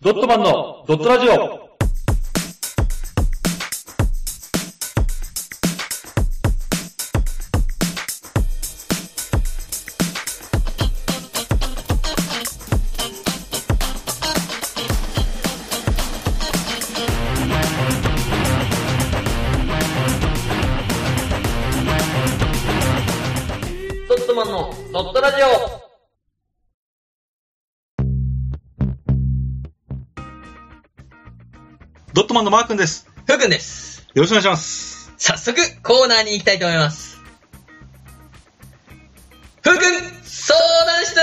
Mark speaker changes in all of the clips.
Speaker 1: ドットマンのドットラジオ
Speaker 2: ドットマンのドットラジオ
Speaker 3: ドットマンのマー君です。
Speaker 2: ふうくんです。
Speaker 3: よろしくお願いします。
Speaker 2: 早速、コーナーに行きたいと思います。ふうくん、相談室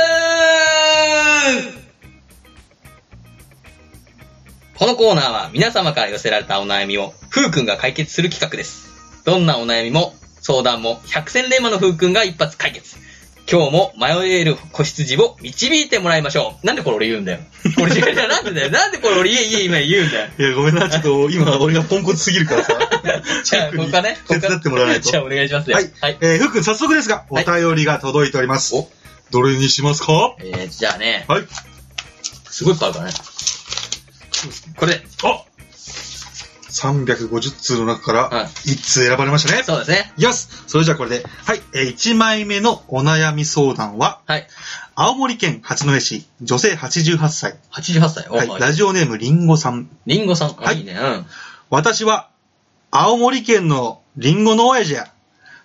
Speaker 2: このコーナーは皆様から寄せられたお悩みをふうくんが解決する企画です。どんなお悩みも相談も百戦錬磨のふうくんが一発解決。今日も迷える子羊を導いてもらいましょう。なんでこれ俺言うんだよ。俺違う違うなんでだよ。なんでこれ俺家今言うんだよ。
Speaker 3: いや、ごめんな、ちょっと 今俺がポンコツすぎるからさ。
Speaker 2: じゃあ、
Speaker 3: ふ
Speaker 2: こ
Speaker 3: うくんに
Speaker 2: こかね。ここ
Speaker 3: 手伝ってもらわないと
Speaker 2: じゃあ、お願いしますよ。
Speaker 3: はい
Speaker 2: はい。
Speaker 3: えー、ふうくん、早速ですが、お
Speaker 2: はい
Speaker 3: 便りが届いております。
Speaker 2: お
Speaker 3: どれにしますかは
Speaker 2: えー、じゃあね、
Speaker 3: い。
Speaker 2: すごいいっぱいあるからね。これで、
Speaker 3: あ !350 通の中から
Speaker 2: はい
Speaker 3: 1通選ばれましたね。
Speaker 2: そうですね。
Speaker 3: よしそれじゃあこれで。はい。えー、1枚目のお悩み相談は、
Speaker 2: はい。
Speaker 3: 青森県八戸市、女性88歳。
Speaker 2: 88歳。お
Speaker 3: はい。
Speaker 2: はい。
Speaker 3: ラジオネームりんごさん。
Speaker 2: リンゴさん。
Speaker 3: はい
Speaker 2: いいね。うん。
Speaker 3: 私は、青森県のリンゴ農家じゃ。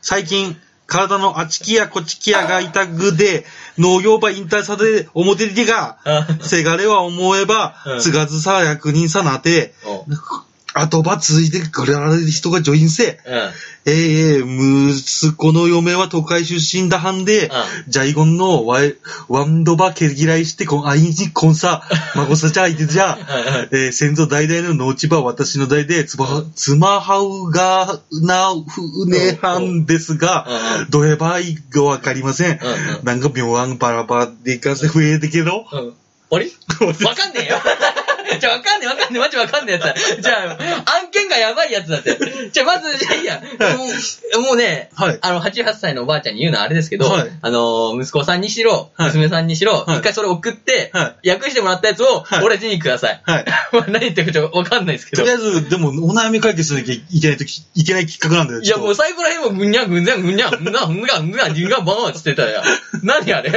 Speaker 3: 最近、体のあちきやこちきやが痛くで、農業場引退さで表出てが、
Speaker 2: あ
Speaker 3: せがれは思えば
Speaker 2: うん、
Speaker 3: つがずさ役人さなて、
Speaker 2: おうん。
Speaker 3: 後ばついてくれられる人が女員せ。ええ息子の嫁は都会出身だはんで、ジャイゴンのワイワンドバ毛嫌いして、こんあいにこんさ、孫さちゃいてじゃ。
Speaker 2: うん。
Speaker 3: えー先祖代々の農地場、私の代で、つば、つまはうがなふねはんですが、どえばいいかわかりません。
Speaker 2: う
Speaker 3: なんか妙案バラバラでいかせ増えてけど。
Speaker 2: ん。うん。あれわかんねえよ。 じゃあ、わかんねえ、わかんねえ、マジわかんねえやつだ。じゃあ、案件がやばいやつだって。じゃあ、まず、じゃあいいや。もうもうね、
Speaker 3: はい。
Speaker 2: あの、88歳のおばあちゃんに言うのはあれですけど、
Speaker 3: はい
Speaker 2: あの、息子さんにしろ、
Speaker 3: はい
Speaker 2: 娘さんにしろ、
Speaker 3: はい
Speaker 2: 一回それ送って、
Speaker 3: は
Speaker 2: 訳してもらったやつを
Speaker 3: は、い
Speaker 2: 俺にくださ い。
Speaker 3: はい。
Speaker 2: 何言ってるかちょっとわかんないですけ
Speaker 3: と
Speaker 2: ど
Speaker 3: り。あえず、でも、お悩み解決しなきゃいけないとき、いけない企画なんだよ。
Speaker 2: いや、もう
Speaker 3: う。
Speaker 2: 最後らへんもぐにゃぐにゃぐにゃぐにゃぐにゃぐにゃぐにゃばんつってたよ。何 あれ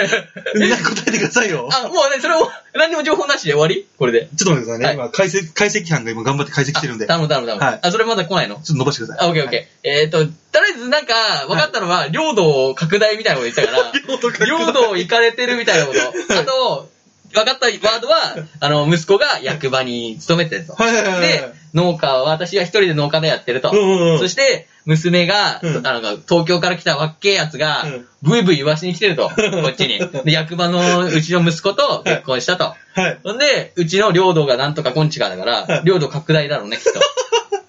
Speaker 3: みんな答えてくださいよ。
Speaker 2: あ、もうね、それを、何にも情報なしで終わりこれで。
Speaker 3: ちょっと待ってくださいね。
Speaker 2: はい
Speaker 3: 今、解析、解析班が今頑張って解析してるんで。ちょっ
Speaker 2: 頼む頼む頼む。
Speaker 3: はい
Speaker 2: あ、それまだ来ないの
Speaker 3: と伸ばしてください。
Speaker 2: あ、オッケーオッケー。えっと、とりあえずなんか、分かったのは、領土を拡大みたいなこと言ってた から。
Speaker 3: ー
Speaker 2: 領土を行かれてるみたいな こと。あと、分かったワードは、あの、息子が役場に勤めてると。
Speaker 3: はいはいはいはい。
Speaker 2: で、農家は私が一人で農家でやってると。
Speaker 3: うんうんうん
Speaker 2: そして、娘が、
Speaker 3: うん
Speaker 2: あの、東京から来たわっけえやつが、
Speaker 3: うん
Speaker 2: ブイブイ言わしに来て ると、こっちに。で、役場のうちの息子と結婚したと。
Speaker 3: はい。
Speaker 2: ほんで、うちの領土がなんとかこんちがだから
Speaker 3: は、い
Speaker 2: 領土拡大だろうね、きっ と。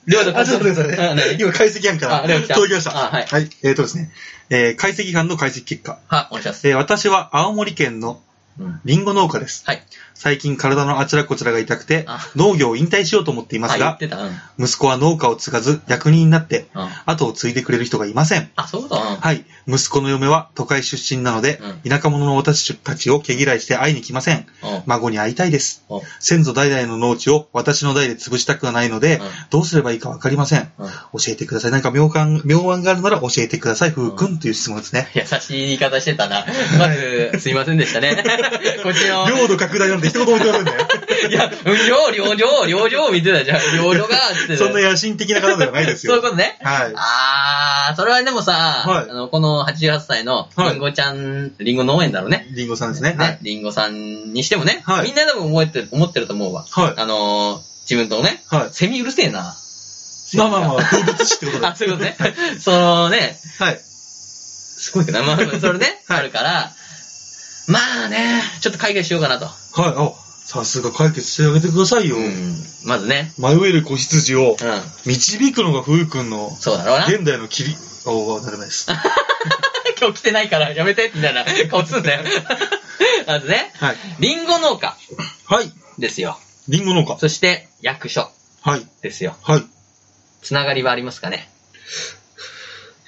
Speaker 2: 領土
Speaker 3: あ、ちょっと待ってくださ
Speaker 2: あ
Speaker 3: いね。
Speaker 2: 何
Speaker 3: 今、解析班から
Speaker 2: あでも来た
Speaker 3: 届きました。
Speaker 2: あはい
Speaker 3: えっ、とですね、えー解析班の解析結果。
Speaker 2: は、お願いします。
Speaker 3: えー私は青森県の
Speaker 2: うん
Speaker 3: リンゴ農家です。
Speaker 2: はい。
Speaker 3: 最近体のあちらこちらが痛くて
Speaker 2: あ、
Speaker 3: 農業を引退しようと思っていま
Speaker 2: あ、
Speaker 3: す
Speaker 2: 言っ
Speaker 3: が、
Speaker 2: てた。うん。うん
Speaker 3: 息子は農家を継がず役人になって、後を継いでくれる人がいません。
Speaker 2: あ、そういうことうん
Speaker 3: はい。息子の嫁は都会出身なので、田舎者の私たちを毛嫌いして会いに来ません。
Speaker 2: うん。うん
Speaker 3: 孫に会いたいです
Speaker 2: お。
Speaker 3: 先祖代々の農地を私の代で潰したくはないので、
Speaker 2: うん
Speaker 3: どうすればいいかわかりません。
Speaker 2: うん
Speaker 3: 教えてください。なんか妙感妙案があるなら教えてください、ふうくんという質問ですね。
Speaker 2: 優しい言い方してたな。まず、すいませんでした ね。こっちの。
Speaker 3: 領土拡大なんて一言も言ってません ね。
Speaker 2: いや、領領領領領見てたじゃん。領領が、つって。
Speaker 3: そんな野心的な方ではないです
Speaker 2: そう
Speaker 3: よ
Speaker 2: いう。ことね。
Speaker 3: はい。
Speaker 2: あー、それはでもさ、
Speaker 3: はい
Speaker 2: あの、この88歳の、
Speaker 3: はい
Speaker 2: りんごちゃん、りんご農園だろうね。
Speaker 3: リンゴさんですね。はい
Speaker 2: ね。。りんごさんにしてもね、
Speaker 3: はい
Speaker 2: みんなでも思ってる、思ってると思うわ。
Speaker 3: はい
Speaker 2: あのー、自分とね、
Speaker 3: は
Speaker 2: セミうるせえな。
Speaker 3: い。まあまあまあ、動物視って ことで。
Speaker 2: あ、そういうことね。そのね、
Speaker 3: はい。
Speaker 2: すごいけどな。まあ、それね、
Speaker 3: はい
Speaker 2: あるから、まあね、ちょっと解決しようかなと。
Speaker 3: はい。あ、さすが解決してあげてくださいよ。
Speaker 2: うん。まずね、
Speaker 3: 迷える子羊を
Speaker 2: うん。
Speaker 3: 導くのがふうくんの
Speaker 2: そうだろうな。
Speaker 3: 現代の霧。おー、なるほどです。は
Speaker 2: 今日来てないからやめてみたいな顔すん だよ。まずね、
Speaker 3: い。
Speaker 2: リンゴ農家
Speaker 3: はい。
Speaker 2: ですよ。
Speaker 3: リンゴ農家。
Speaker 2: そして、役所
Speaker 3: はい。
Speaker 2: ですよ。
Speaker 3: はい。
Speaker 2: つながりはありますかね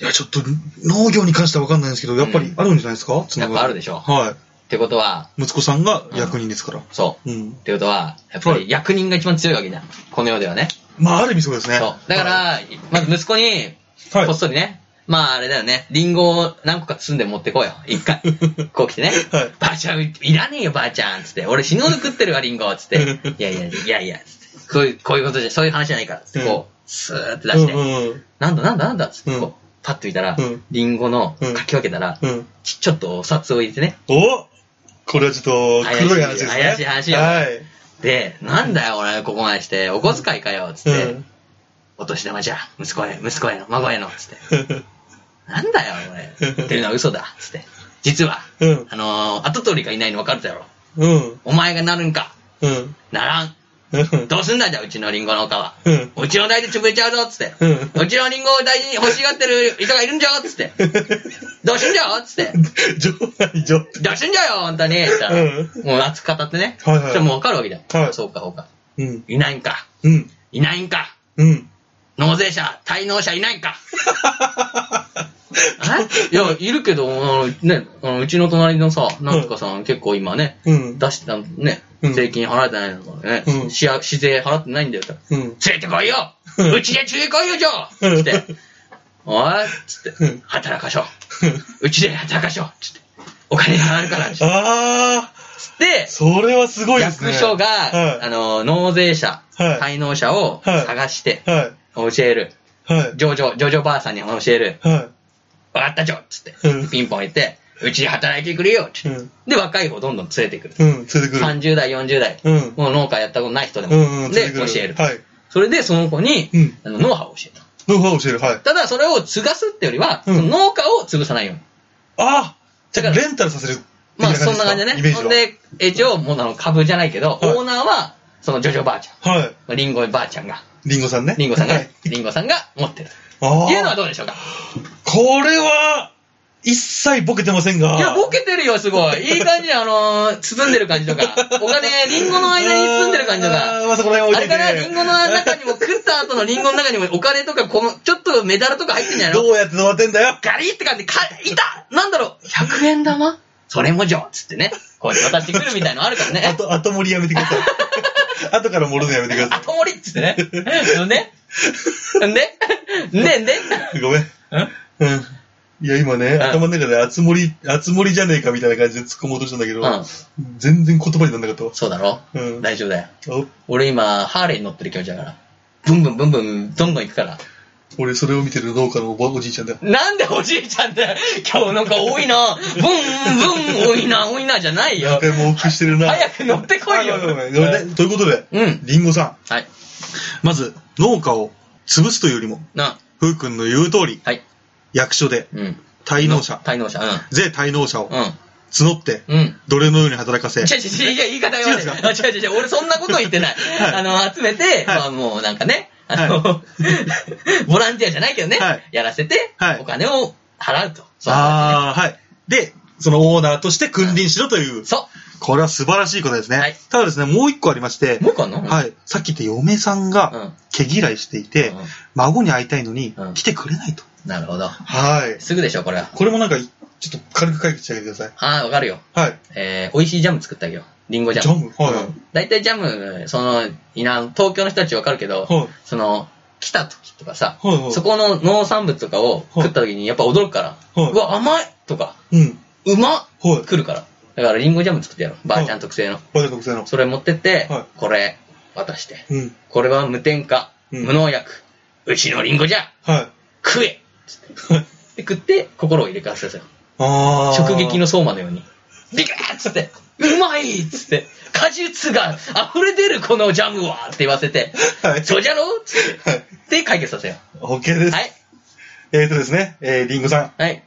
Speaker 3: いや、ちょっと、農業に関しては分かんないんですけど、やっぱりあるんじゃないですか、つ
Speaker 2: や
Speaker 3: な
Speaker 2: っぱ
Speaker 3: が
Speaker 2: あ
Speaker 3: り
Speaker 2: るでしょ
Speaker 3: は
Speaker 2: ってことは、
Speaker 3: 息子さんが役人ですから。
Speaker 2: そう。
Speaker 3: うん
Speaker 2: っ。てことは、やっぱり役人が一番強いわけじゃん。この世ではね。
Speaker 3: まあ、ある意味そうですね。
Speaker 2: そう。だから、
Speaker 3: は
Speaker 2: まず息子に、
Speaker 3: い、はい
Speaker 2: こっそりね、まああれだよね、リンゴを何個か包んで持ってこうよ。一 回。こう来てね。
Speaker 3: はい
Speaker 2: ばあちゃん、いらねえよ、ばあちゃん。つって。俺死ぬほど食ってるわ、リンゴ。つって。 いやいや、いやいや。つって。こういう、こういうことじゃ、そういう話じゃないから。つって、こう、スーって出して。
Speaker 3: うんうん
Speaker 2: なんだなんだなんだつって、
Speaker 3: うん
Speaker 2: こう、パッと見たら
Speaker 3: うん、
Speaker 2: リンゴの、
Speaker 3: うん
Speaker 2: かき分けたら、
Speaker 3: うん。うん。
Speaker 2: ちちょっとお札を入れてね。
Speaker 3: おこれはちょっと、黒い話ですね。
Speaker 2: 怪しい怪しい話よ
Speaker 3: はい。
Speaker 2: で、なんだよ、俺、ここまでして、お小遣いかよ。つ
Speaker 3: う
Speaker 2: って
Speaker 3: ん。。
Speaker 2: お年玉じゃ、息子へ、息子への、孫への。つって。なんだよ、お前。言ってるのは嘘だ。つって。実は、
Speaker 3: うん。
Speaker 2: あのー、後取りがいないの分かるだろ。
Speaker 3: うん。
Speaker 2: お前がなるんか。
Speaker 3: うん。
Speaker 2: ならん。
Speaker 3: うん。
Speaker 2: どうすんだじゃ、うちのリンゴ農家は。
Speaker 3: うん。
Speaker 2: うちの代で潰れちゃうぞ、つって。うちのリンゴを大事に欲しがってる人がいるんじゃ、つって。どうすんじゃ、つって。
Speaker 3: 冗談、冗
Speaker 2: どうすんじゃよ、本当に。つったら
Speaker 3: うん
Speaker 2: もう熱く語ってね。
Speaker 3: はいはい
Speaker 2: それもう分かるわけじゃん。
Speaker 3: はい
Speaker 2: そうか、そうか。
Speaker 3: うん。
Speaker 2: いないんか。
Speaker 3: うん。
Speaker 2: いないんか。
Speaker 3: うん。
Speaker 2: 納税者、滞納者いないんか。 えいや、いるけど、あのね、あのうちの隣のさ、なんとかさん、結構今ね、
Speaker 3: うん。
Speaker 2: 出してたのね、
Speaker 3: うん
Speaker 2: 税金払えてないのからね、
Speaker 3: うん
Speaker 2: 市や市税払ってないんだよ。連
Speaker 3: うん。
Speaker 2: れてこいよ
Speaker 3: うん
Speaker 2: うちで連れてこいよ、じゃあ
Speaker 3: うん
Speaker 2: つって、おいっつっ
Speaker 3: うん
Speaker 2: て、働かしょう。うちで働かしょうつって、お金払うからつっ
Speaker 3: ああ、
Speaker 2: て、
Speaker 3: それはすごいですね。
Speaker 2: 役所が、
Speaker 3: はい
Speaker 2: あの、納税者、
Speaker 3: はい
Speaker 2: 滞納者を
Speaker 3: はい
Speaker 2: 探して、
Speaker 3: はい。
Speaker 2: 教える。
Speaker 3: はい。
Speaker 2: ジョジョ、ジョジョばあさんに教える。
Speaker 3: は
Speaker 2: わかったじょっつって、
Speaker 3: うん
Speaker 2: ピンポン行って、うちに働いてくれよっ
Speaker 3: い。
Speaker 2: て、
Speaker 3: うん。
Speaker 2: で、若い子をどんどん連れてくる。
Speaker 3: うん。連れてくる。
Speaker 2: 30代、40代、
Speaker 3: うん。
Speaker 2: もう農家やったことない人でも。
Speaker 3: うん。うん。連れ
Speaker 2: で、
Speaker 3: てく
Speaker 2: 教える。
Speaker 3: はい。
Speaker 2: それで、その子に、
Speaker 3: うん
Speaker 2: あのノウハウを教えた。
Speaker 3: ノウハウを教える。はい。
Speaker 2: ただ、それを継がすってよりは、
Speaker 3: うん
Speaker 2: その農家を潰さないように。
Speaker 3: ああじゃあ
Speaker 2: だから
Speaker 3: レンタルさせる。
Speaker 2: まあ、そんな感じだ
Speaker 3: イメージ
Speaker 2: ね。ほん
Speaker 3: は。
Speaker 2: で、一応、もうあの株じゃないけど、
Speaker 3: はい
Speaker 2: オーナーは、そのジョジョばあちゃん
Speaker 3: は
Speaker 2: まあ、リンゴばあちゃんが、
Speaker 3: い。リンゴさんね。
Speaker 2: リンゴさんが
Speaker 3: はい、
Speaker 2: リンゴさんが持ってる。
Speaker 3: あ
Speaker 2: いうのは
Speaker 3: あ。
Speaker 2: どうでしょうか
Speaker 3: これは、一切ボケてませんが。
Speaker 2: いや、ボケてるよ、すごい。いい感じ、あのー、包んでる感じとか。お金、リンゴの間に包んでる感じとか
Speaker 3: あ。ーまあ、そこら辺
Speaker 2: あ
Speaker 3: 置
Speaker 2: れ
Speaker 3: いと
Speaker 2: か
Speaker 3: いて。
Speaker 2: ら、リンゴの中にも、食った後のリンゴの中にも、お金とか、この、ちょっとメダルとか入ってんじゃないの
Speaker 3: どうやって育てんだよ。
Speaker 2: ガリって感じで、か、いたなんだろう ?100 円玉それもじゃんつってね。こうやって渡してくるみたいのあるから
Speaker 3: あ
Speaker 2: ね。
Speaker 3: と、後盛りやめてください。 後から盛るのやめてくださ
Speaker 2: 後盛りっつってね。んでんでんでんで
Speaker 3: い。 ごめん。うん。いや、今ね、
Speaker 2: ん
Speaker 3: 頭の中で熱盛り、熱盛りじゃねえかみたいな感じで突っ込もうとしたんだけど、
Speaker 2: うん。
Speaker 3: 全然言葉にならなかっ
Speaker 2: そうだろ
Speaker 3: たわ。うん。
Speaker 2: 大丈夫だよ。
Speaker 3: お
Speaker 2: 俺今、ハーレーに乗ってる気持ちだから。ブンブンブンブン、どんどん行くから。
Speaker 3: 俺、それを見てる農家のおばおじいちゃんだよ。
Speaker 2: なんでおじいちゃんだよ今日なんか多いな。ブンブン多いな、多いなじゃないよ
Speaker 3: 何。回も往復して るな。
Speaker 2: 早く乗ってこいよ
Speaker 3: あごめんごめんごめんでということで、
Speaker 2: うん。
Speaker 3: リンゴさ
Speaker 2: はい。
Speaker 3: ん、まず、農家を潰すというよりも、
Speaker 2: な、
Speaker 3: ふうくんの言う通り、
Speaker 2: はい。
Speaker 3: 役所で、
Speaker 2: うん。
Speaker 3: 滞納者、
Speaker 2: 滞納者。
Speaker 3: 税滞納者を
Speaker 2: うん。うん。
Speaker 3: 募って、
Speaker 2: うん。
Speaker 3: 奴隷のように働かせ、
Speaker 2: 違う違う違う、言い方が悪い。
Speaker 3: 違うん
Speaker 2: あ違う違う違う、俺そんなこと言ってない。
Speaker 3: はい
Speaker 2: あの、集めて、まあもうなんかね、あの、 ボランティアじゃないけどね、
Speaker 3: はい
Speaker 2: やらせて、
Speaker 3: はい
Speaker 2: お金を払うと。そう
Speaker 3: ああ、はい。で、そのオーナーとして君臨しろという、
Speaker 2: そ
Speaker 3: これは素晴らしいことですね。
Speaker 2: はい
Speaker 3: ただですね、もう一個ありまして
Speaker 2: う。、もう一個あんの
Speaker 3: はい。さっき言った嫁さん
Speaker 2: う
Speaker 3: が
Speaker 2: ん。
Speaker 3: 毛嫌いしていて、
Speaker 2: う
Speaker 3: 孫に会いたいのに
Speaker 2: うん
Speaker 3: 来てくれないと。
Speaker 2: んなるほど。
Speaker 3: はい。
Speaker 2: すぐでしょ、これは。
Speaker 3: これもなんか、ちょっと軽く解決してあげてください。
Speaker 2: ああ、わかるよ。
Speaker 3: はい。
Speaker 2: えー、美味しいジャム作ってあげよう。リンゴジャム。
Speaker 3: ジャムはいはい
Speaker 2: うん大体ジャム、その、いな、東京の人たちわかるけど、
Speaker 3: はい
Speaker 2: その、来た時とかさ、
Speaker 3: はいはい
Speaker 2: そこの農産物とかを食った時にやっぱ驚くから、
Speaker 3: はいう
Speaker 2: わ、甘いとか、
Speaker 3: うん。
Speaker 2: うまっ
Speaker 3: はい。
Speaker 2: 来るから。だからリンゴジャム作ってやろう。ばあちゃん特製の。
Speaker 3: バタ特製の。
Speaker 2: それ持ってって、
Speaker 3: は
Speaker 2: これ、渡して。
Speaker 3: うん。
Speaker 2: これは無添加、
Speaker 3: うん
Speaker 2: 無農薬、うちのリンゴじゃ、
Speaker 3: はい。
Speaker 2: 食えで食って、心を入れ替わせたよ。
Speaker 3: あー
Speaker 2: 直撃の。相馬のように。ビカーッつって、うまいっつって、果実が溢れ出るこのジャムはって言わせて、
Speaker 3: はい。
Speaker 2: そうじゃろっつって、
Speaker 3: はい。
Speaker 2: で解決させよう。
Speaker 3: OK です。
Speaker 2: はい。
Speaker 3: えーとですね、えー、リンゴさん、
Speaker 2: はい。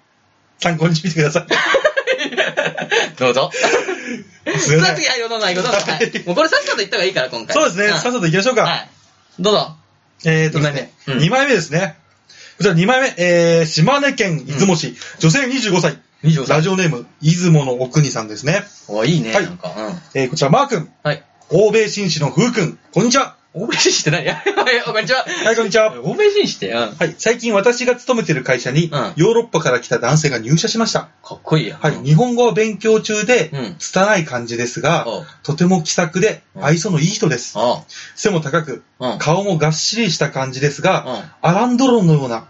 Speaker 3: 参考にしてみてくださ い。
Speaker 2: どうぞ。
Speaker 3: すいま
Speaker 2: さ
Speaker 3: せ
Speaker 2: あ
Speaker 3: ん
Speaker 2: 次、はい、どうぞ、はい、どうぞ。はいもうこれさっさと言った方がいいから、今回。
Speaker 3: そうですね、さっさと行きましょうか。
Speaker 2: はい。どうぞ。
Speaker 3: えーとですね、
Speaker 2: 二
Speaker 3: 2
Speaker 2: 枚目うん
Speaker 3: 枚目ですね。こちら2枚目、えー、島根県出雲市、女性25歳、
Speaker 2: 25
Speaker 3: ラジオネーム、出雲の奥にさんですね。
Speaker 2: お、いいね、
Speaker 3: はい
Speaker 2: なんか。うん。
Speaker 3: えー、こちら、マー君、
Speaker 2: はい。
Speaker 3: 欧米紳士の風君、こんにちは。
Speaker 2: 欧米人してない やばい、こんにちは。
Speaker 3: はい、こんにちは。
Speaker 2: 欧米人して、うん。か
Speaker 3: はい、最近私が勤めてる会社に、
Speaker 2: うん
Speaker 3: ヨーロッパから来た男性が入社しました。
Speaker 2: っこいいやん。
Speaker 3: はい、
Speaker 2: うん。
Speaker 3: 日本語を勉強中で、
Speaker 2: うん
Speaker 3: 拙い感じですが、
Speaker 2: おう
Speaker 3: とても気さくで、
Speaker 2: うん
Speaker 3: 愛想のいい人です。
Speaker 2: おう
Speaker 3: 背も高く、
Speaker 2: うん。うん。
Speaker 3: 顔もがっしりした感じですが、アランドロンのような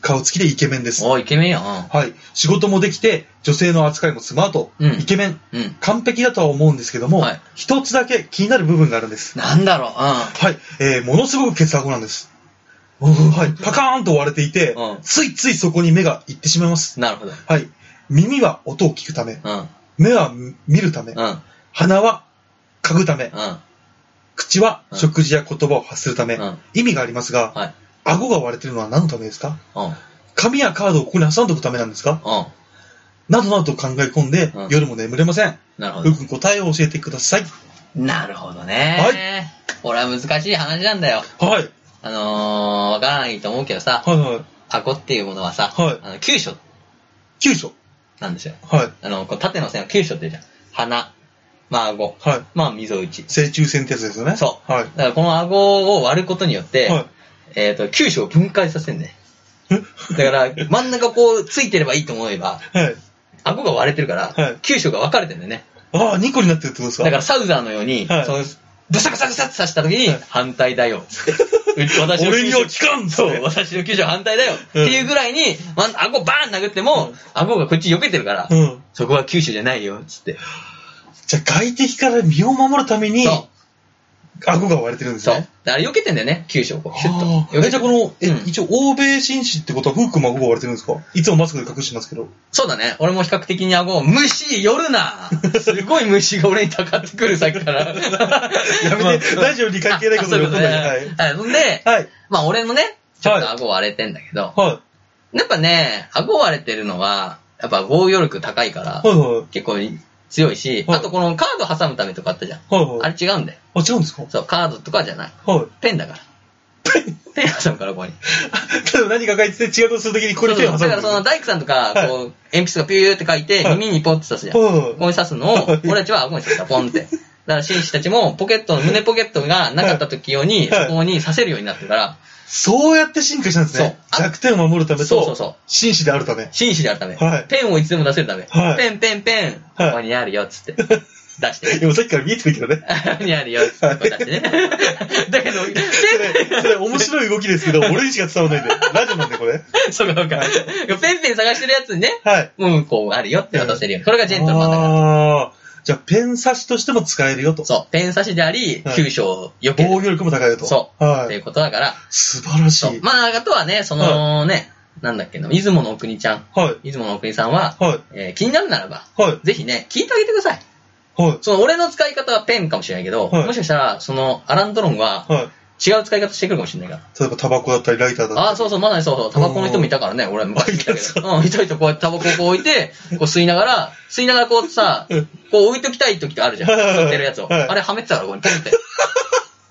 Speaker 3: 顔つきでイケメンです。
Speaker 2: おうイケメンやん。
Speaker 3: はい、仕事もできて、女性の扱いもスマート、
Speaker 2: うん
Speaker 3: イケメン、
Speaker 2: うん。うん。
Speaker 3: 完璧だとは思うんですけども、
Speaker 2: はい
Speaker 3: 一つだけ気になる部分があるんです。
Speaker 2: なんだろう、
Speaker 3: はい、えーものすごくケツアゴなんです。はい、パカーンと割れていて、
Speaker 2: うん
Speaker 3: ついついそこに目が行ってしまいます。
Speaker 2: うん。なるほど。
Speaker 3: はい。耳は音を聞くため、
Speaker 2: うん。
Speaker 3: 目は見るため、
Speaker 2: うん。
Speaker 3: 鼻は嗅ぐため、
Speaker 2: う
Speaker 3: 口は
Speaker 2: うん
Speaker 3: 食事や言葉を発するため
Speaker 2: ん。う、ん。
Speaker 3: 意味がありますが、
Speaker 2: はい。
Speaker 3: 顎が割れてるのは何のためですか
Speaker 2: うん。うん。
Speaker 3: 紙やカードをここに挟んでおくためなんですかなどなどと考え込んで、
Speaker 2: うん
Speaker 3: 夜も眠れません。
Speaker 2: なるほ
Speaker 3: ふ
Speaker 2: ど
Speaker 3: う。くん答えを教えてください。
Speaker 2: なるほどね。はい。これは難しい話なんだよ。
Speaker 3: はい。
Speaker 2: あのー、わからないと思うけどさ、
Speaker 3: はいはい。
Speaker 2: 顎っていうものはさ、
Speaker 3: はい
Speaker 2: あの急所
Speaker 3: 急所。
Speaker 2: なんですよ。
Speaker 3: はい。
Speaker 2: あの、こう縦の線は急所って言うじゃん。鼻、まあ顎、
Speaker 3: はい。
Speaker 2: まあ溝打ち。
Speaker 3: 正中線ってやつですよね。。
Speaker 2: そう
Speaker 3: はい。
Speaker 2: だからこの顎を割ることによって、
Speaker 3: は
Speaker 2: えっ、と、急所を分解させんね。
Speaker 3: い。
Speaker 2: だから、真ん中こう、ついてればいいと思えば、
Speaker 3: えはい。
Speaker 2: 顎が割れてるから、
Speaker 3: はい
Speaker 2: 急所が分かれてるんだよね。
Speaker 3: ああ、2個になってるってことですか
Speaker 2: だから、サウザーのように、
Speaker 3: はい
Speaker 2: その、ブサブサブサって刺した時に、
Speaker 3: はい
Speaker 2: 反対 だよ。つって私の
Speaker 3: 俺に
Speaker 2: 急
Speaker 3: は
Speaker 2: 所
Speaker 3: 聞かんぞ
Speaker 2: そう、私の急所反対だよ。って
Speaker 3: うん
Speaker 2: いうぐらいに、まあ、顎バーン殴っても、顎がこっち避けてるから、
Speaker 3: うん。
Speaker 2: そこは九州じゃないよ、つって。
Speaker 3: じゃあ外敵から身を守るために、
Speaker 2: そ
Speaker 3: 顎が割れてるん
Speaker 2: う、
Speaker 3: です
Speaker 2: そう
Speaker 3: ね。。
Speaker 2: だから避けてんだよね、九州をこう、シュッ
Speaker 3: あ
Speaker 2: と。
Speaker 3: ー
Speaker 2: 避け
Speaker 3: え、じ
Speaker 2: て
Speaker 3: ゃあこの、え、
Speaker 2: うん
Speaker 3: 一応、欧米紳士ってことは、フークも顎が割れてるんですかいつもマスクで隠してます けど。
Speaker 2: そうだね。俺も比較的に顎を、虫、寄るなすごい虫が俺にたかってくる、さっき から。
Speaker 3: やめて、ラジオに関係ないことで
Speaker 2: で
Speaker 3: 怒んないで。
Speaker 2: はい。ほんで、
Speaker 3: はい。はい。
Speaker 2: まあ俺もね、ちょっと顎割れてんだけど、
Speaker 3: は
Speaker 2: やっぱね、顎割れてるのは、やっぱ防御力高いから
Speaker 3: い。、はい。はい。
Speaker 2: 結構強いし、
Speaker 3: はい
Speaker 2: あとこのカード挟むためとかあったじゃん。
Speaker 3: はい。は
Speaker 2: あ
Speaker 3: い。
Speaker 2: れ違うんだよ。
Speaker 3: あ、違うんですか
Speaker 2: そう、カードとかじゃない。
Speaker 3: はい。
Speaker 2: ペンだから。ペン挟むから、ここに。
Speaker 3: ただ何か書いてて違うことするときにこれ手を挟むんで
Speaker 2: だ
Speaker 3: す
Speaker 2: からその大工さんとか、
Speaker 3: はい
Speaker 2: こう、鉛筆がピューって書いて、
Speaker 3: はい
Speaker 2: 耳にポンって刺すじゃん。こ
Speaker 3: はい
Speaker 2: こに刺すのを
Speaker 3: はい、
Speaker 2: 俺たちは顎に刺した、ポンって。だから紳士たちも、ポケットの、胸ポケットがなかった時用に、
Speaker 3: はい
Speaker 2: そこに刺せるようになってるから、
Speaker 3: そうやって進化したんですね。
Speaker 2: そうあ
Speaker 3: 弱点を守るため
Speaker 2: そうそう
Speaker 3: と、
Speaker 2: そう。
Speaker 3: 紳士であるため。
Speaker 2: 紳士であるため。
Speaker 3: はい
Speaker 2: ペンをいつでも出せるため。
Speaker 3: はい
Speaker 2: ペンペンペン、
Speaker 3: はい
Speaker 2: ここにあるよ、つ って。出して。
Speaker 3: でもさっきから見えてるけど ね。
Speaker 2: ここにあるよ、つって。こう出してね。 だけど、
Speaker 3: そ
Speaker 2: ペン
Speaker 3: れ、それ面白い動きですけど、俺にしか伝わらないんで。ラジオなんでこれ。
Speaker 2: ペ ン、そうかそうか。ペンペン探してるやつにね、
Speaker 3: はい。
Speaker 2: うん、こうあるよって渡せるよ。それがジェントルマンだから。
Speaker 3: ああー。じゃあ、ペン刺しとしても使えるよと。
Speaker 2: そう、ペン差しであり
Speaker 3: は、い
Speaker 2: 急所を避ける
Speaker 3: 防御力も高いよと。
Speaker 2: そっ
Speaker 3: は
Speaker 2: てい
Speaker 3: い。
Speaker 2: うことだから、
Speaker 3: 素晴らし
Speaker 2: そう
Speaker 3: い。
Speaker 2: まあ、あとはね、そのね、なんだっけの、出雲のお国ちゃん、
Speaker 3: はい。
Speaker 2: 出雲のお国さんは、
Speaker 3: はい。
Speaker 2: えー気になるならば、
Speaker 3: はい。
Speaker 2: ぜひね、聞いてあげてください。
Speaker 3: はい。
Speaker 2: その、俺の使い方はペンかもしれないけど、
Speaker 3: はい
Speaker 2: もしかしたら、その、アランドロンは、
Speaker 3: はい。
Speaker 2: 違う使い方してくるかもしれないか
Speaker 3: 例えば、タバコだったり、ライターだったり。
Speaker 2: ら。ああ、そうそう、まさにそうそう、タバコの人もいたからね、俺は昔 いたけど。うん、いたいた、こうやってタバコをこう置いて、こう吸いながら、吸いながらこうさ、
Speaker 3: うん
Speaker 2: こう置いときたい時ってあるじゃん。
Speaker 3: はいはいはい
Speaker 2: 吸ってるやつを。
Speaker 3: はい
Speaker 2: あれはめてたから、ここにポンって。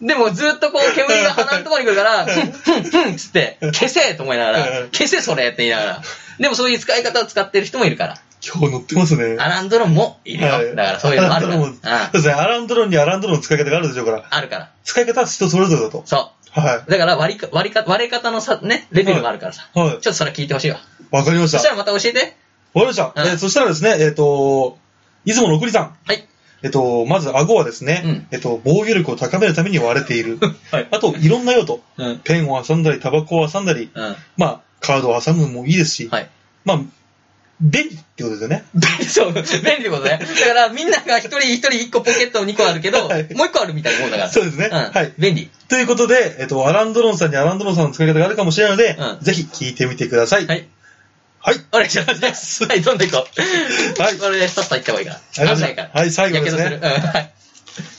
Speaker 2: でもずっとこう煙が鼻のところに来るから、ふんふんふんっつって、消せと思いながら
Speaker 3: はいはい、
Speaker 2: 消せそれって言いながら。でもそういう使い方を使ってる人もいるから。
Speaker 3: 今日乗ってますね。
Speaker 2: アランドロンもいるよ。
Speaker 3: は
Speaker 2: だからそういうのもあるか
Speaker 3: ア
Speaker 2: ら。
Speaker 3: ランド
Speaker 2: う
Speaker 3: ロンも。
Speaker 2: ん
Speaker 3: そうですね。アランドロンにアランドロンの使い方があるでしょうから。
Speaker 2: あるから。
Speaker 3: 使い方は人それぞれだと。
Speaker 2: そ
Speaker 3: は
Speaker 2: う。だから割りか、割りか、割れ方のさ、ね、レベルがあるからさ。
Speaker 3: い。はい
Speaker 2: ちょっ。とそれ聞いてほしいわ。
Speaker 3: わかりまし
Speaker 2: そ
Speaker 3: た。
Speaker 2: したらまた教えて。
Speaker 3: わかりました。
Speaker 2: うん
Speaker 3: えーそしたらですね、えっ、と、出雲の送りさん。
Speaker 2: はい。
Speaker 3: えっ、と、まず顎はですね、
Speaker 2: うん
Speaker 3: えっ、と、防御力を高めるために割れている。
Speaker 2: はい。
Speaker 3: あと、いろんな用途。
Speaker 2: うん。うん。
Speaker 3: ペンを挟んだり、タバコを挟んだり、まあ、カードを挟むのもいいですし、
Speaker 2: はい。
Speaker 3: まあ、便利ってことですよね。
Speaker 2: そう、便利ってことね。だからみんなが一人一人一個ポケット2個あるけど、
Speaker 3: はい
Speaker 2: もう一個あるみたいなもんだから。
Speaker 3: そうですね
Speaker 2: ん
Speaker 3: はい
Speaker 2: 便利。
Speaker 3: ということで、えっ、と、アランドロンさんにアランドロンさんの使い方があるかもしれないので、
Speaker 2: うん
Speaker 3: ぜひ聞いてみてください。。
Speaker 2: はいい。
Speaker 3: はい。
Speaker 2: お願いします。はい、どんどん行こう。
Speaker 3: はい
Speaker 2: これでさっさと行った方がいいか
Speaker 3: あり
Speaker 2: ら。
Speaker 3: がとうござ
Speaker 2: 危
Speaker 3: いま
Speaker 2: ない
Speaker 3: した
Speaker 2: から。
Speaker 3: はい、最後です
Speaker 2: やけ
Speaker 3: ね。
Speaker 2: どする。うんはい。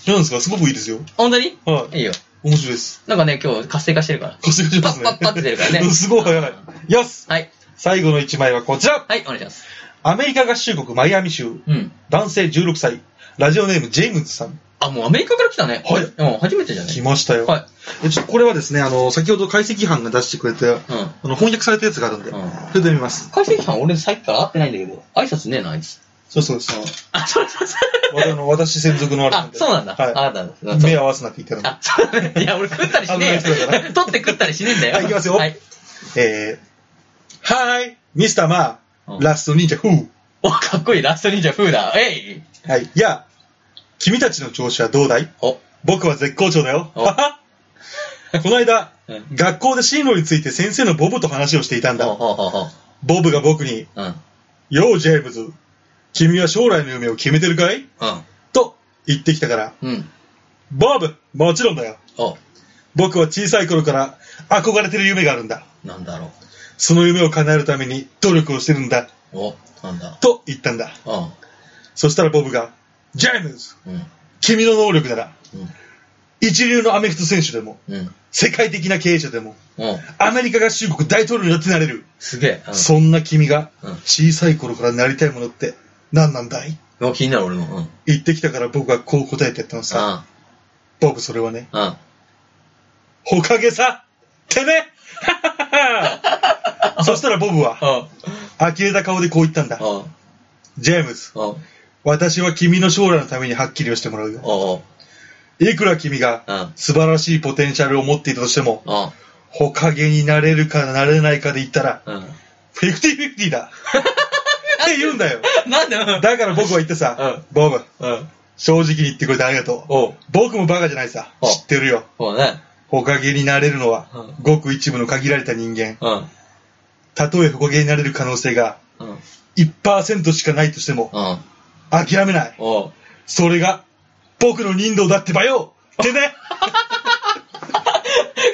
Speaker 3: なんですかすごくいいですよ。
Speaker 2: 本当に
Speaker 3: はい
Speaker 2: いよ。
Speaker 3: い。面白いです。
Speaker 2: なんかね、今日活性化してるから。
Speaker 3: 活躍しますね。
Speaker 2: パッパッパッって出るからね
Speaker 3: すごい早い。よし
Speaker 2: はい。
Speaker 3: 最後の一枚はこちら
Speaker 2: はい、お願いします。
Speaker 3: アメリカ合衆国マイアミ州、
Speaker 2: うん。
Speaker 3: 男性16歳、ラジオネームジェームズさん。
Speaker 2: あ、もうアメリカから来たね。
Speaker 3: はい
Speaker 2: うん、初めてじゃね
Speaker 3: 来。ましたよ。
Speaker 2: は
Speaker 3: えちょっとこれはですね、あの、先ほど解析班が出してくれた、
Speaker 2: い。うん。
Speaker 3: あの、翻訳されたやつがあるんで、
Speaker 2: うん
Speaker 3: それで見ます。
Speaker 2: 解析班俺さっきから会ってないんだけど、挨拶ねえな、あいつ。
Speaker 3: そうそうそう。
Speaker 2: あ、そうそうそう。
Speaker 3: 私の、私専属のあれ
Speaker 2: あ、そうなんだ。
Speaker 3: はい
Speaker 2: あなたなんだ。
Speaker 3: 目合わせなくいただ
Speaker 2: あ、そうだね。いや、俺食ったりしねえよ
Speaker 3: 危ない人だか。
Speaker 2: 取って食ったりしねえんだよ。
Speaker 3: はいいきますよ
Speaker 2: はい。
Speaker 3: く。えー、はーい、ミスターマ
Speaker 2: うん
Speaker 3: ー、ラスト忍者、フー。
Speaker 2: お、かっこいい。ラスト忍者風だ。えい
Speaker 3: はい。やあ、君たちの調子はどうだい
Speaker 2: お、
Speaker 3: 僕は絶好調だよ。
Speaker 2: お
Speaker 3: は はこの間、
Speaker 2: うん。
Speaker 3: 学校で進路について先生のボブと話をしていたん
Speaker 2: ほう
Speaker 3: だ。
Speaker 2: ほうほうほ
Speaker 3: ボブが僕に、
Speaker 2: う。うん。うん。
Speaker 3: よう、ジェームズ、君は将来の夢を決めてるかいと言ってきたから、
Speaker 2: うん。
Speaker 3: ボブ、もちろんだよ。
Speaker 2: お、
Speaker 3: 僕は小さい頃から憧れてる夢があるんだ。
Speaker 2: なんだろ
Speaker 3: その夢を叶えるために努力をしてるんだ。
Speaker 2: う。お、なんだ。
Speaker 3: と言ったんだ。
Speaker 2: う
Speaker 3: そしたらボブが、ジェームズ、
Speaker 2: ん。うん。
Speaker 3: 君の能力なら、
Speaker 2: うん。
Speaker 3: 一流のアメフト選手でも、
Speaker 2: うん。
Speaker 3: 世界的な経営者でも、
Speaker 2: うん。
Speaker 3: アメリカ合衆国大統領になってなれる。
Speaker 2: すげえ。
Speaker 3: そんな君が
Speaker 2: うん
Speaker 3: 小さい頃からなりたいものって何なんだい
Speaker 2: うん。お気になる俺も。うん。うん。
Speaker 3: 言ってきたから僕がこう答えてやったのさ。ボブそれはね、
Speaker 2: うん。
Speaker 3: ほかげさてめえ そしたらボブは
Speaker 2: うん。
Speaker 3: 呆れた顔でこう言ったんだ。
Speaker 2: お、
Speaker 3: ジェームズ、
Speaker 2: お、
Speaker 3: 私は君の将来のためにはっきりをしてもらうよ。
Speaker 2: お、お、
Speaker 3: いくら君が
Speaker 2: うん。
Speaker 3: 素晴らしいポテンシャルを持っていたとしても、
Speaker 2: お、
Speaker 3: ほかげになれるかなれないかで言ったら、
Speaker 2: うん。
Speaker 3: フィフティフィフティだって言うんだよ。
Speaker 2: なんでうん。
Speaker 3: だから僕は言ってさ、ボブ、
Speaker 2: うん。
Speaker 3: 正直に言ってくれてありがとう。
Speaker 2: お、
Speaker 3: 僕もバカじゃないさ。
Speaker 2: あ
Speaker 3: 知ってるよ。
Speaker 2: そうね。
Speaker 3: ほかげになれるのは
Speaker 2: う、
Speaker 3: ごく一部の限られた人間。
Speaker 2: うん。
Speaker 3: たとえほかげになれる可能性が
Speaker 2: うん。
Speaker 3: 1%しかないとしても、
Speaker 2: うん。
Speaker 3: 諦めない。
Speaker 2: お、
Speaker 3: それが、僕の人道だってばよってね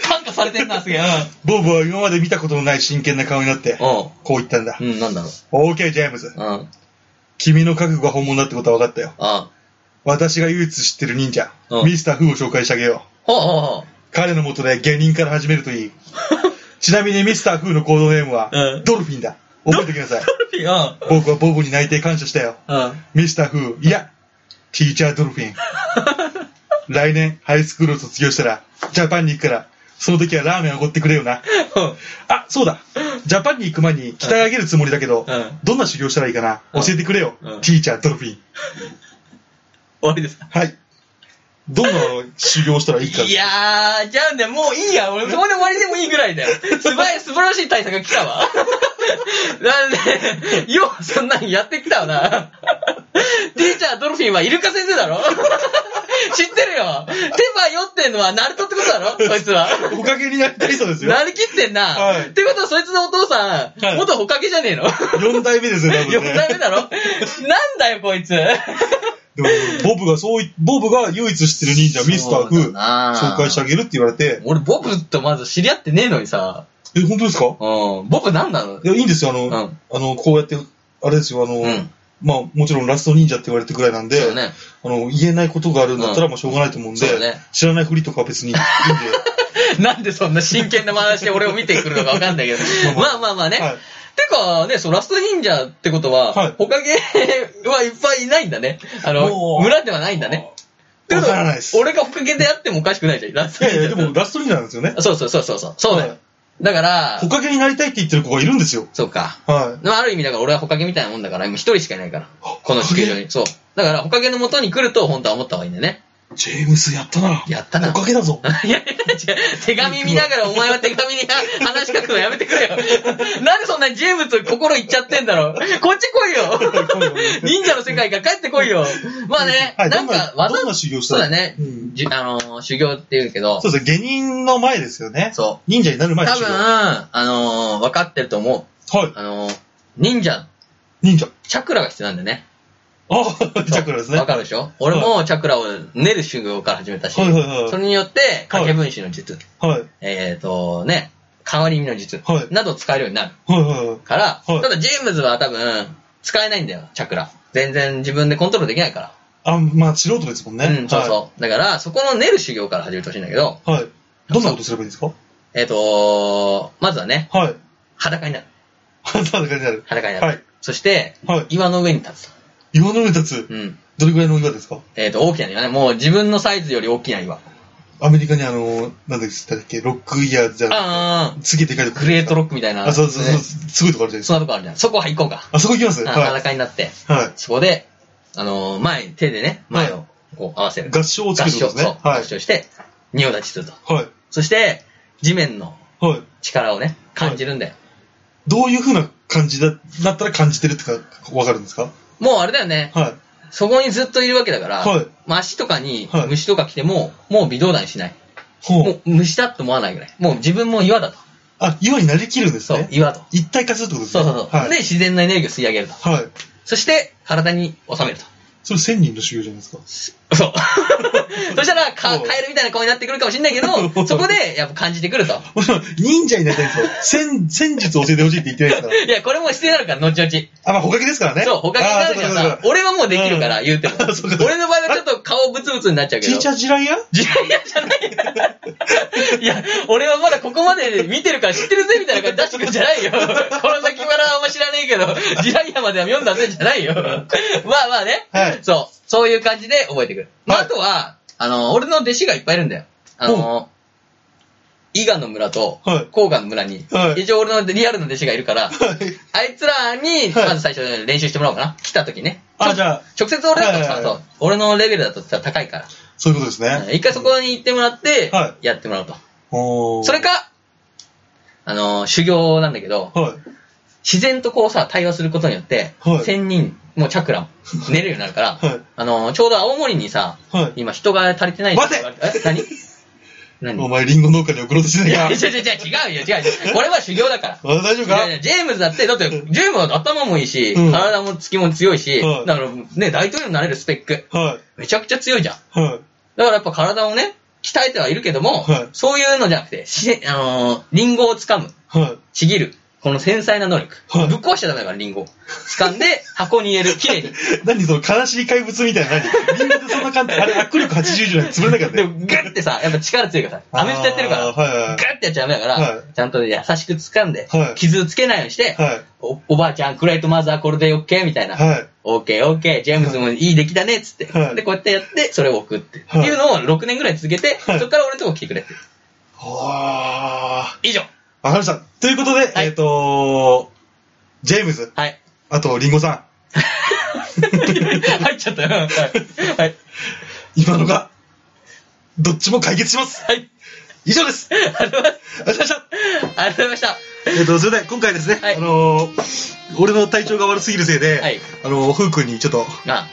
Speaker 2: 感化されてんな、すげえ。う
Speaker 3: ボブは今まで見たことのない真剣な顔になって
Speaker 2: ん。、お、
Speaker 3: こう言ったんだ
Speaker 2: う。ん、なんだろう。
Speaker 3: OK、ジェームズ。
Speaker 2: うん。うん。
Speaker 3: 君の覚悟が本物だってことは分かったよ。私が唯一知ってる忍者
Speaker 2: う、ん
Speaker 3: ミスター・フーを紹介してあげよう。
Speaker 2: ほうほうほう。
Speaker 3: 彼のもとで芸人から始めると いい。ちなみにミスター・フーのコードネームは
Speaker 2: うん、
Speaker 3: ドルフィンだ。覚えておきなさい。
Speaker 2: うん。うん。
Speaker 3: 僕はボブに内定感謝したよ。ミスターフー、いや、ティーチャードルフ ィン。来年、ハイスクールを卒業したら、ジャパンに行くから、その時はラーメンおごってくれよな。あ、そうだ。ジャパンに行く前に鍛え上げるつもりだけど、
Speaker 2: うん
Speaker 3: どんな修行したらいいかな、
Speaker 2: うん
Speaker 3: 教えてくれよ、
Speaker 2: うん
Speaker 3: ティーチャードルフィン。
Speaker 2: 終わりですか
Speaker 3: はい。どんな修行したらいいか。
Speaker 2: いやー、じゃあね、もういいや。俺、そこで終わりでもいいぐらいだよ。素晴ら素晴らしい対策が来たわ。なんで、よう、そんなんやってきたわな。ティーチャードルフィンはイルカ先生だろ知ってるよ。手羽酔ってんのはナルトってことだろそいつは。
Speaker 3: おかげになりたいそうですよ。
Speaker 2: なりきってんな。
Speaker 3: はい
Speaker 2: ってことは、そいつのお父さん、
Speaker 3: はい
Speaker 2: 元ホカゲじゃねえの
Speaker 3: 4代目ですよ、多分、ね。
Speaker 2: ?4 代目だろなんだよ、こいつ。
Speaker 3: でも、ボブがそうい、ボブが唯一知ってる忍者、ミスターフ
Speaker 2: そう
Speaker 3: ー、
Speaker 2: だな
Speaker 3: 紹介してあげるって言われて、
Speaker 2: 俺、ボブとまず知り合ってねえのにさ。
Speaker 3: え、本当ですか
Speaker 2: うん。ボブなんな
Speaker 3: い
Speaker 2: の
Speaker 3: や、いいんですよ、あの、
Speaker 2: うん
Speaker 3: あの、こうやって、あれですよ、あの、
Speaker 2: うん。
Speaker 3: まあ、もちろんラスト忍者って言われてくらいなんで、
Speaker 2: そうね。
Speaker 3: あの、言えないことがあるんだった
Speaker 2: う
Speaker 3: ら、
Speaker 2: ん
Speaker 3: まあ、しょうがないと思うんで、
Speaker 2: そうね
Speaker 3: 知らないふりとかは別にいいんで、
Speaker 2: なんでそんな真剣な話で俺を見てくるのかわかんない けど。まあまあまあ ね。
Speaker 3: はい
Speaker 2: てかね、そう、ラスト忍者ってことは、
Speaker 3: はい
Speaker 2: ホカゲはいっぱいいないんだね。あ
Speaker 3: も
Speaker 2: の、
Speaker 3: う
Speaker 2: 村ではないんだね。ってこと
Speaker 3: わからないです
Speaker 2: 俺がホカゲであってもおかしくないじゃん。ラス
Speaker 3: い
Speaker 2: ト
Speaker 3: やい
Speaker 2: 忍者
Speaker 3: や、でもラスト忍者なんですよね。
Speaker 2: そうそうそうそうそう。そうだよ。
Speaker 3: はい
Speaker 2: だから
Speaker 3: ほ、かげになりたいって言ってる子がいるんですよ。
Speaker 2: そうか。
Speaker 3: は
Speaker 2: でもある意味だから俺はホカゲみたいなもんだから、今一人しかいないから。この地球上に。そう。だからホカゲの元に来ると本当は思った方がいいんだよね。
Speaker 3: い。ジェームスやったな。
Speaker 2: やったな
Speaker 3: ほかげだぞ。
Speaker 2: いやいや違 う手紙見ながらお前は手紙に話しかくのやめてくれよ。 なんでそんなにジェームズ心いっちゃってんだろう。こっち来い よ。忍者の世界から帰ってこいよ。まあね、
Speaker 3: はい、
Speaker 2: な
Speaker 3: ど
Speaker 2: ん
Speaker 3: ん
Speaker 2: か
Speaker 3: な、
Speaker 2: 技
Speaker 3: どん、な修行した
Speaker 2: そう
Speaker 3: ら
Speaker 2: だね、
Speaker 3: うん
Speaker 2: じあのー修行って言うけど、
Speaker 3: そうですね、下人の前ですよね。
Speaker 2: そ
Speaker 3: 忍者になる
Speaker 2: う。
Speaker 3: 前の
Speaker 2: 多
Speaker 3: 修
Speaker 2: 分、
Speaker 3: 行。
Speaker 2: あのー分かってると思う。
Speaker 3: はい。
Speaker 2: あのー忍者、
Speaker 3: 忍者。
Speaker 2: チャクラが必要なんだよね。
Speaker 3: あ、 チャクラですね。
Speaker 2: わ
Speaker 3: は
Speaker 2: かるでしょ俺もチャクラを練る修行から始めたし、
Speaker 3: はいはいはい
Speaker 2: それによって、掛け分子の術、
Speaker 3: い。はい
Speaker 2: えっ、とね、変わり身の術、
Speaker 3: はい
Speaker 2: などを使えるようになる
Speaker 3: はいはい。
Speaker 2: から、
Speaker 3: はい
Speaker 2: ただジェームズは多分、使えないんだよ、チャクラ。全然自分でコントロールできないか
Speaker 3: あ、まあ、素人ですもんね。
Speaker 2: ら。うん、そうそう。だから、そこの練る修行から始めてほしいんだけど、
Speaker 3: はい。はい。どんなことすればいいんですか
Speaker 2: えっ、とまずはね、
Speaker 3: はい。
Speaker 2: 裸になる。
Speaker 3: そんな感じになる。
Speaker 2: 裸になる。
Speaker 3: はい。
Speaker 2: そして、
Speaker 3: はい。
Speaker 2: 岩の上に立つと。
Speaker 3: 岩の上に立つ。
Speaker 2: うん。
Speaker 3: どれぐらいの岩ですか
Speaker 2: えっ、と、大きな岩ね。もう自分のサイズより大きな岩。
Speaker 3: アメリカにあの、なんだっけ、ロックイヤーじゃん。
Speaker 2: あ
Speaker 3: すげえでかいと
Speaker 2: あ、
Speaker 3: こ。
Speaker 2: グレートロックみたいな。
Speaker 3: あ、そうそうそう。
Speaker 2: ね
Speaker 3: すごいとこあるじゃないです
Speaker 2: そ
Speaker 3: か。
Speaker 2: んなとこあるじゃん。そこは行こうか。
Speaker 3: あ、そこ行きます
Speaker 2: うん
Speaker 3: は
Speaker 2: 裸になって、
Speaker 3: い。は
Speaker 2: そこで、あのー、前、手でね、前をこう合わせ
Speaker 3: い。
Speaker 2: る。
Speaker 3: 合唱を作
Speaker 2: 合
Speaker 3: るって
Speaker 2: 掌、
Speaker 3: ことです
Speaker 2: そう
Speaker 3: ね。。は
Speaker 2: 合
Speaker 3: い。
Speaker 2: 掌して、仁王立ちすると。
Speaker 3: はい。
Speaker 2: そして、地面の
Speaker 3: はい。
Speaker 2: 力をね、感じるんだよ。
Speaker 3: どういう風な感じだ、だったら感じてるってか、わかるんですか
Speaker 2: もうあれだよね。
Speaker 3: はい。
Speaker 2: そこにずっといるわけだから、
Speaker 3: はい
Speaker 2: まあ足とかに
Speaker 3: はい
Speaker 2: 虫とか来ても、もう微動だにしない。
Speaker 3: ほ
Speaker 2: も
Speaker 3: う。
Speaker 2: う虫だって思わないぐらい。もう自分も岩だと。
Speaker 3: あ、岩になりきるんです
Speaker 2: そう、
Speaker 3: ね。
Speaker 2: 岩と。
Speaker 3: 一体化するってことですね。
Speaker 2: そうそうそう、
Speaker 3: はい
Speaker 2: で、。自然なエネルギーを吸い上げると。
Speaker 3: はい。
Speaker 2: そして、体に収めると。
Speaker 3: それ千人の修行じゃないですか。
Speaker 2: そう。そしたら、か、
Speaker 3: そう
Speaker 2: カエルみたいな顔になってくるかもしれないけど、そこで、やっぱ感じてくると。
Speaker 3: 俺は忍者になりたいんですよ。戦、戦術を教えてほしいって言ってないですから。
Speaker 2: いや、これも必要になるから、後々。
Speaker 3: あ、まあ、捕獲ですからね。
Speaker 2: そう、他になるから
Speaker 3: あーそうか、
Speaker 2: さ
Speaker 3: そうかそうか
Speaker 2: 俺はもうできるから、言うても
Speaker 3: あ そうか。
Speaker 2: 俺の場合はちょっと顔ブツブツになっちゃうけ
Speaker 3: ち
Speaker 2: ど。
Speaker 3: いちゃ地雷や
Speaker 2: いやいやじゃないよ。いや、俺はまだここまで見てるから知ってるぜみたいな感じ出してくるんじゃないよ。この先からあんま知らねえけど、ジライアまでは読んだぜじゃないよ。まあまあね。
Speaker 3: はい。
Speaker 2: そう。そういう感じで覚えてくる。まあ、
Speaker 3: はい
Speaker 2: あとは、あの、俺の弟子がいっぱいいるんだよ。あの、伊賀の村と、
Speaker 3: はい。
Speaker 2: 甲賀の村に、
Speaker 3: はい
Speaker 2: 一応俺のリアルな弟子がいるから、
Speaker 3: はい。
Speaker 2: あいつらに、
Speaker 3: はい
Speaker 2: まず最初練習してもらおうかな。来た時ね。
Speaker 3: あ、じゃあ、
Speaker 2: 直接俺だと
Speaker 3: は
Speaker 2: さ、
Speaker 3: いはい
Speaker 2: そ
Speaker 3: はいう
Speaker 2: 俺のレベルだとさ高いから。
Speaker 3: そういうことですね。
Speaker 2: うん一回そこに行ってもらって
Speaker 3: は、
Speaker 2: やってもらうと。
Speaker 3: おー
Speaker 2: それか、あのー、修行なんだけど、
Speaker 3: はい。
Speaker 2: 自然とこうさ、対話することによって、
Speaker 3: はい
Speaker 2: 仙人、もうチャクラ も、寝れるようになるから、
Speaker 3: はい
Speaker 2: あのー、ちょうど青森にさ、
Speaker 3: は
Speaker 2: 今人が足りてない
Speaker 3: 待て
Speaker 2: え 何
Speaker 3: い。お
Speaker 2: 何
Speaker 3: 前、リンゴ農家に送ろうとしないい
Speaker 2: や、
Speaker 3: か
Speaker 2: 違う。違う違う、違うよ、違うよ。これは修行だから。
Speaker 3: あ大丈夫か
Speaker 2: いやいやジェームズだって、だって、ジェームズは頭もいいし、
Speaker 3: うん
Speaker 2: 体もつきも強いし、
Speaker 3: はい
Speaker 2: だからね、大統領になれるスペック、
Speaker 3: は
Speaker 2: めちゃくちゃ強いじゃん。
Speaker 3: い。はい。
Speaker 2: だからやっぱ体をね、鍛えてはいるけども、
Speaker 3: はい
Speaker 2: そういうのじゃなくて、しあのーリンゴを掴む、
Speaker 3: はい。
Speaker 2: ちぎる、この繊細な能力。
Speaker 3: はい
Speaker 2: ぶっ壊しちゃダメだから、リンゴを。掴んで、箱に入れる、綺麗に。
Speaker 3: 何その悲しい怪物みたいな何リンゴってそんな感じあれ、握力80じゃない潰れなかった
Speaker 2: で
Speaker 3: よ。
Speaker 2: も、グッてさ、やっぱ力強いからさ、アメフトやってるから、
Speaker 3: あー
Speaker 2: グ
Speaker 3: はいはい
Speaker 2: ッてやっちゃダメだから、
Speaker 3: はい
Speaker 2: ちゃんと優しく掴んで、
Speaker 3: はい
Speaker 2: 傷つけないようにして、
Speaker 3: はい。
Speaker 2: おおばあちゃん、クライトマザーこれで OK? みたいな。
Speaker 3: はい。
Speaker 2: オッケーオッケー、ジェームズもいい出来だねっつって、
Speaker 3: はい
Speaker 2: で、こうやってやって、それを送って、
Speaker 3: はい
Speaker 2: っていうのを6年ぐらい続けて、
Speaker 3: はい
Speaker 2: そこから俺のとこ来てくれって。
Speaker 3: はー。
Speaker 2: 以上。
Speaker 3: わかりました。ということで、
Speaker 2: はい
Speaker 3: えっ、とジェームズ、
Speaker 2: はい。
Speaker 3: あと、リンゴさ
Speaker 2: 入っちゃったよ。はい。はい。
Speaker 3: ん、今のが、どっちも解決します。
Speaker 2: はい。
Speaker 3: 以上です。
Speaker 2: ありがとうございます。
Speaker 3: ありがとうございました。
Speaker 2: ありがとう
Speaker 3: えっ、と、
Speaker 2: ございました。
Speaker 3: それでは今回ですね、
Speaker 2: はい
Speaker 3: あのー俺の体調が悪すぎるせいで、
Speaker 2: はい
Speaker 3: あのー、ふうくんにちょっと、
Speaker 2: あ、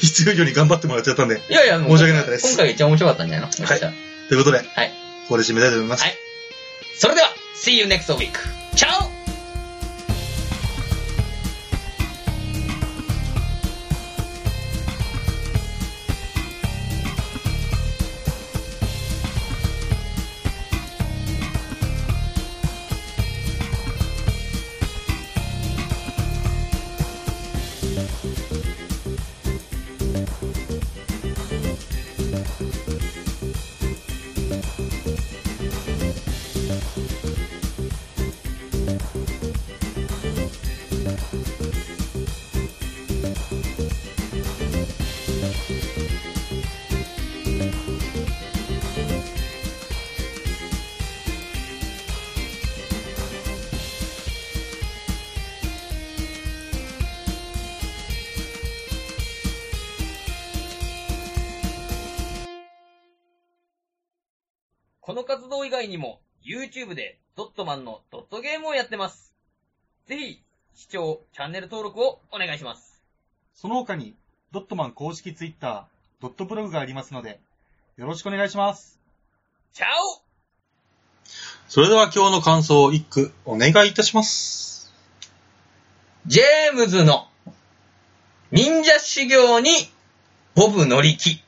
Speaker 3: 必要以上に頑張ってもらっちゃったんで、
Speaker 2: いやいや、もう
Speaker 3: 申し訳なかったです
Speaker 2: 今回が一番面白かったんじゃないのもしかしたら
Speaker 3: ということで、こ
Speaker 2: はい。
Speaker 3: こで締めたいと思います。
Speaker 2: はい。それでは、See you next week! チャオこの活動以外にも、YouTube でドットマンのドットゲームをやってます。ぜひ、視聴、チャンネル登録をお願いします。
Speaker 4: その他に、ドットマン公式ツイッター、ドットブログがありますので、よろしくお願いします。
Speaker 2: チャオ
Speaker 3: それでは今日の感想を一句お願いいたします。
Speaker 2: ジェームズの忍者修行にボブ乗り気。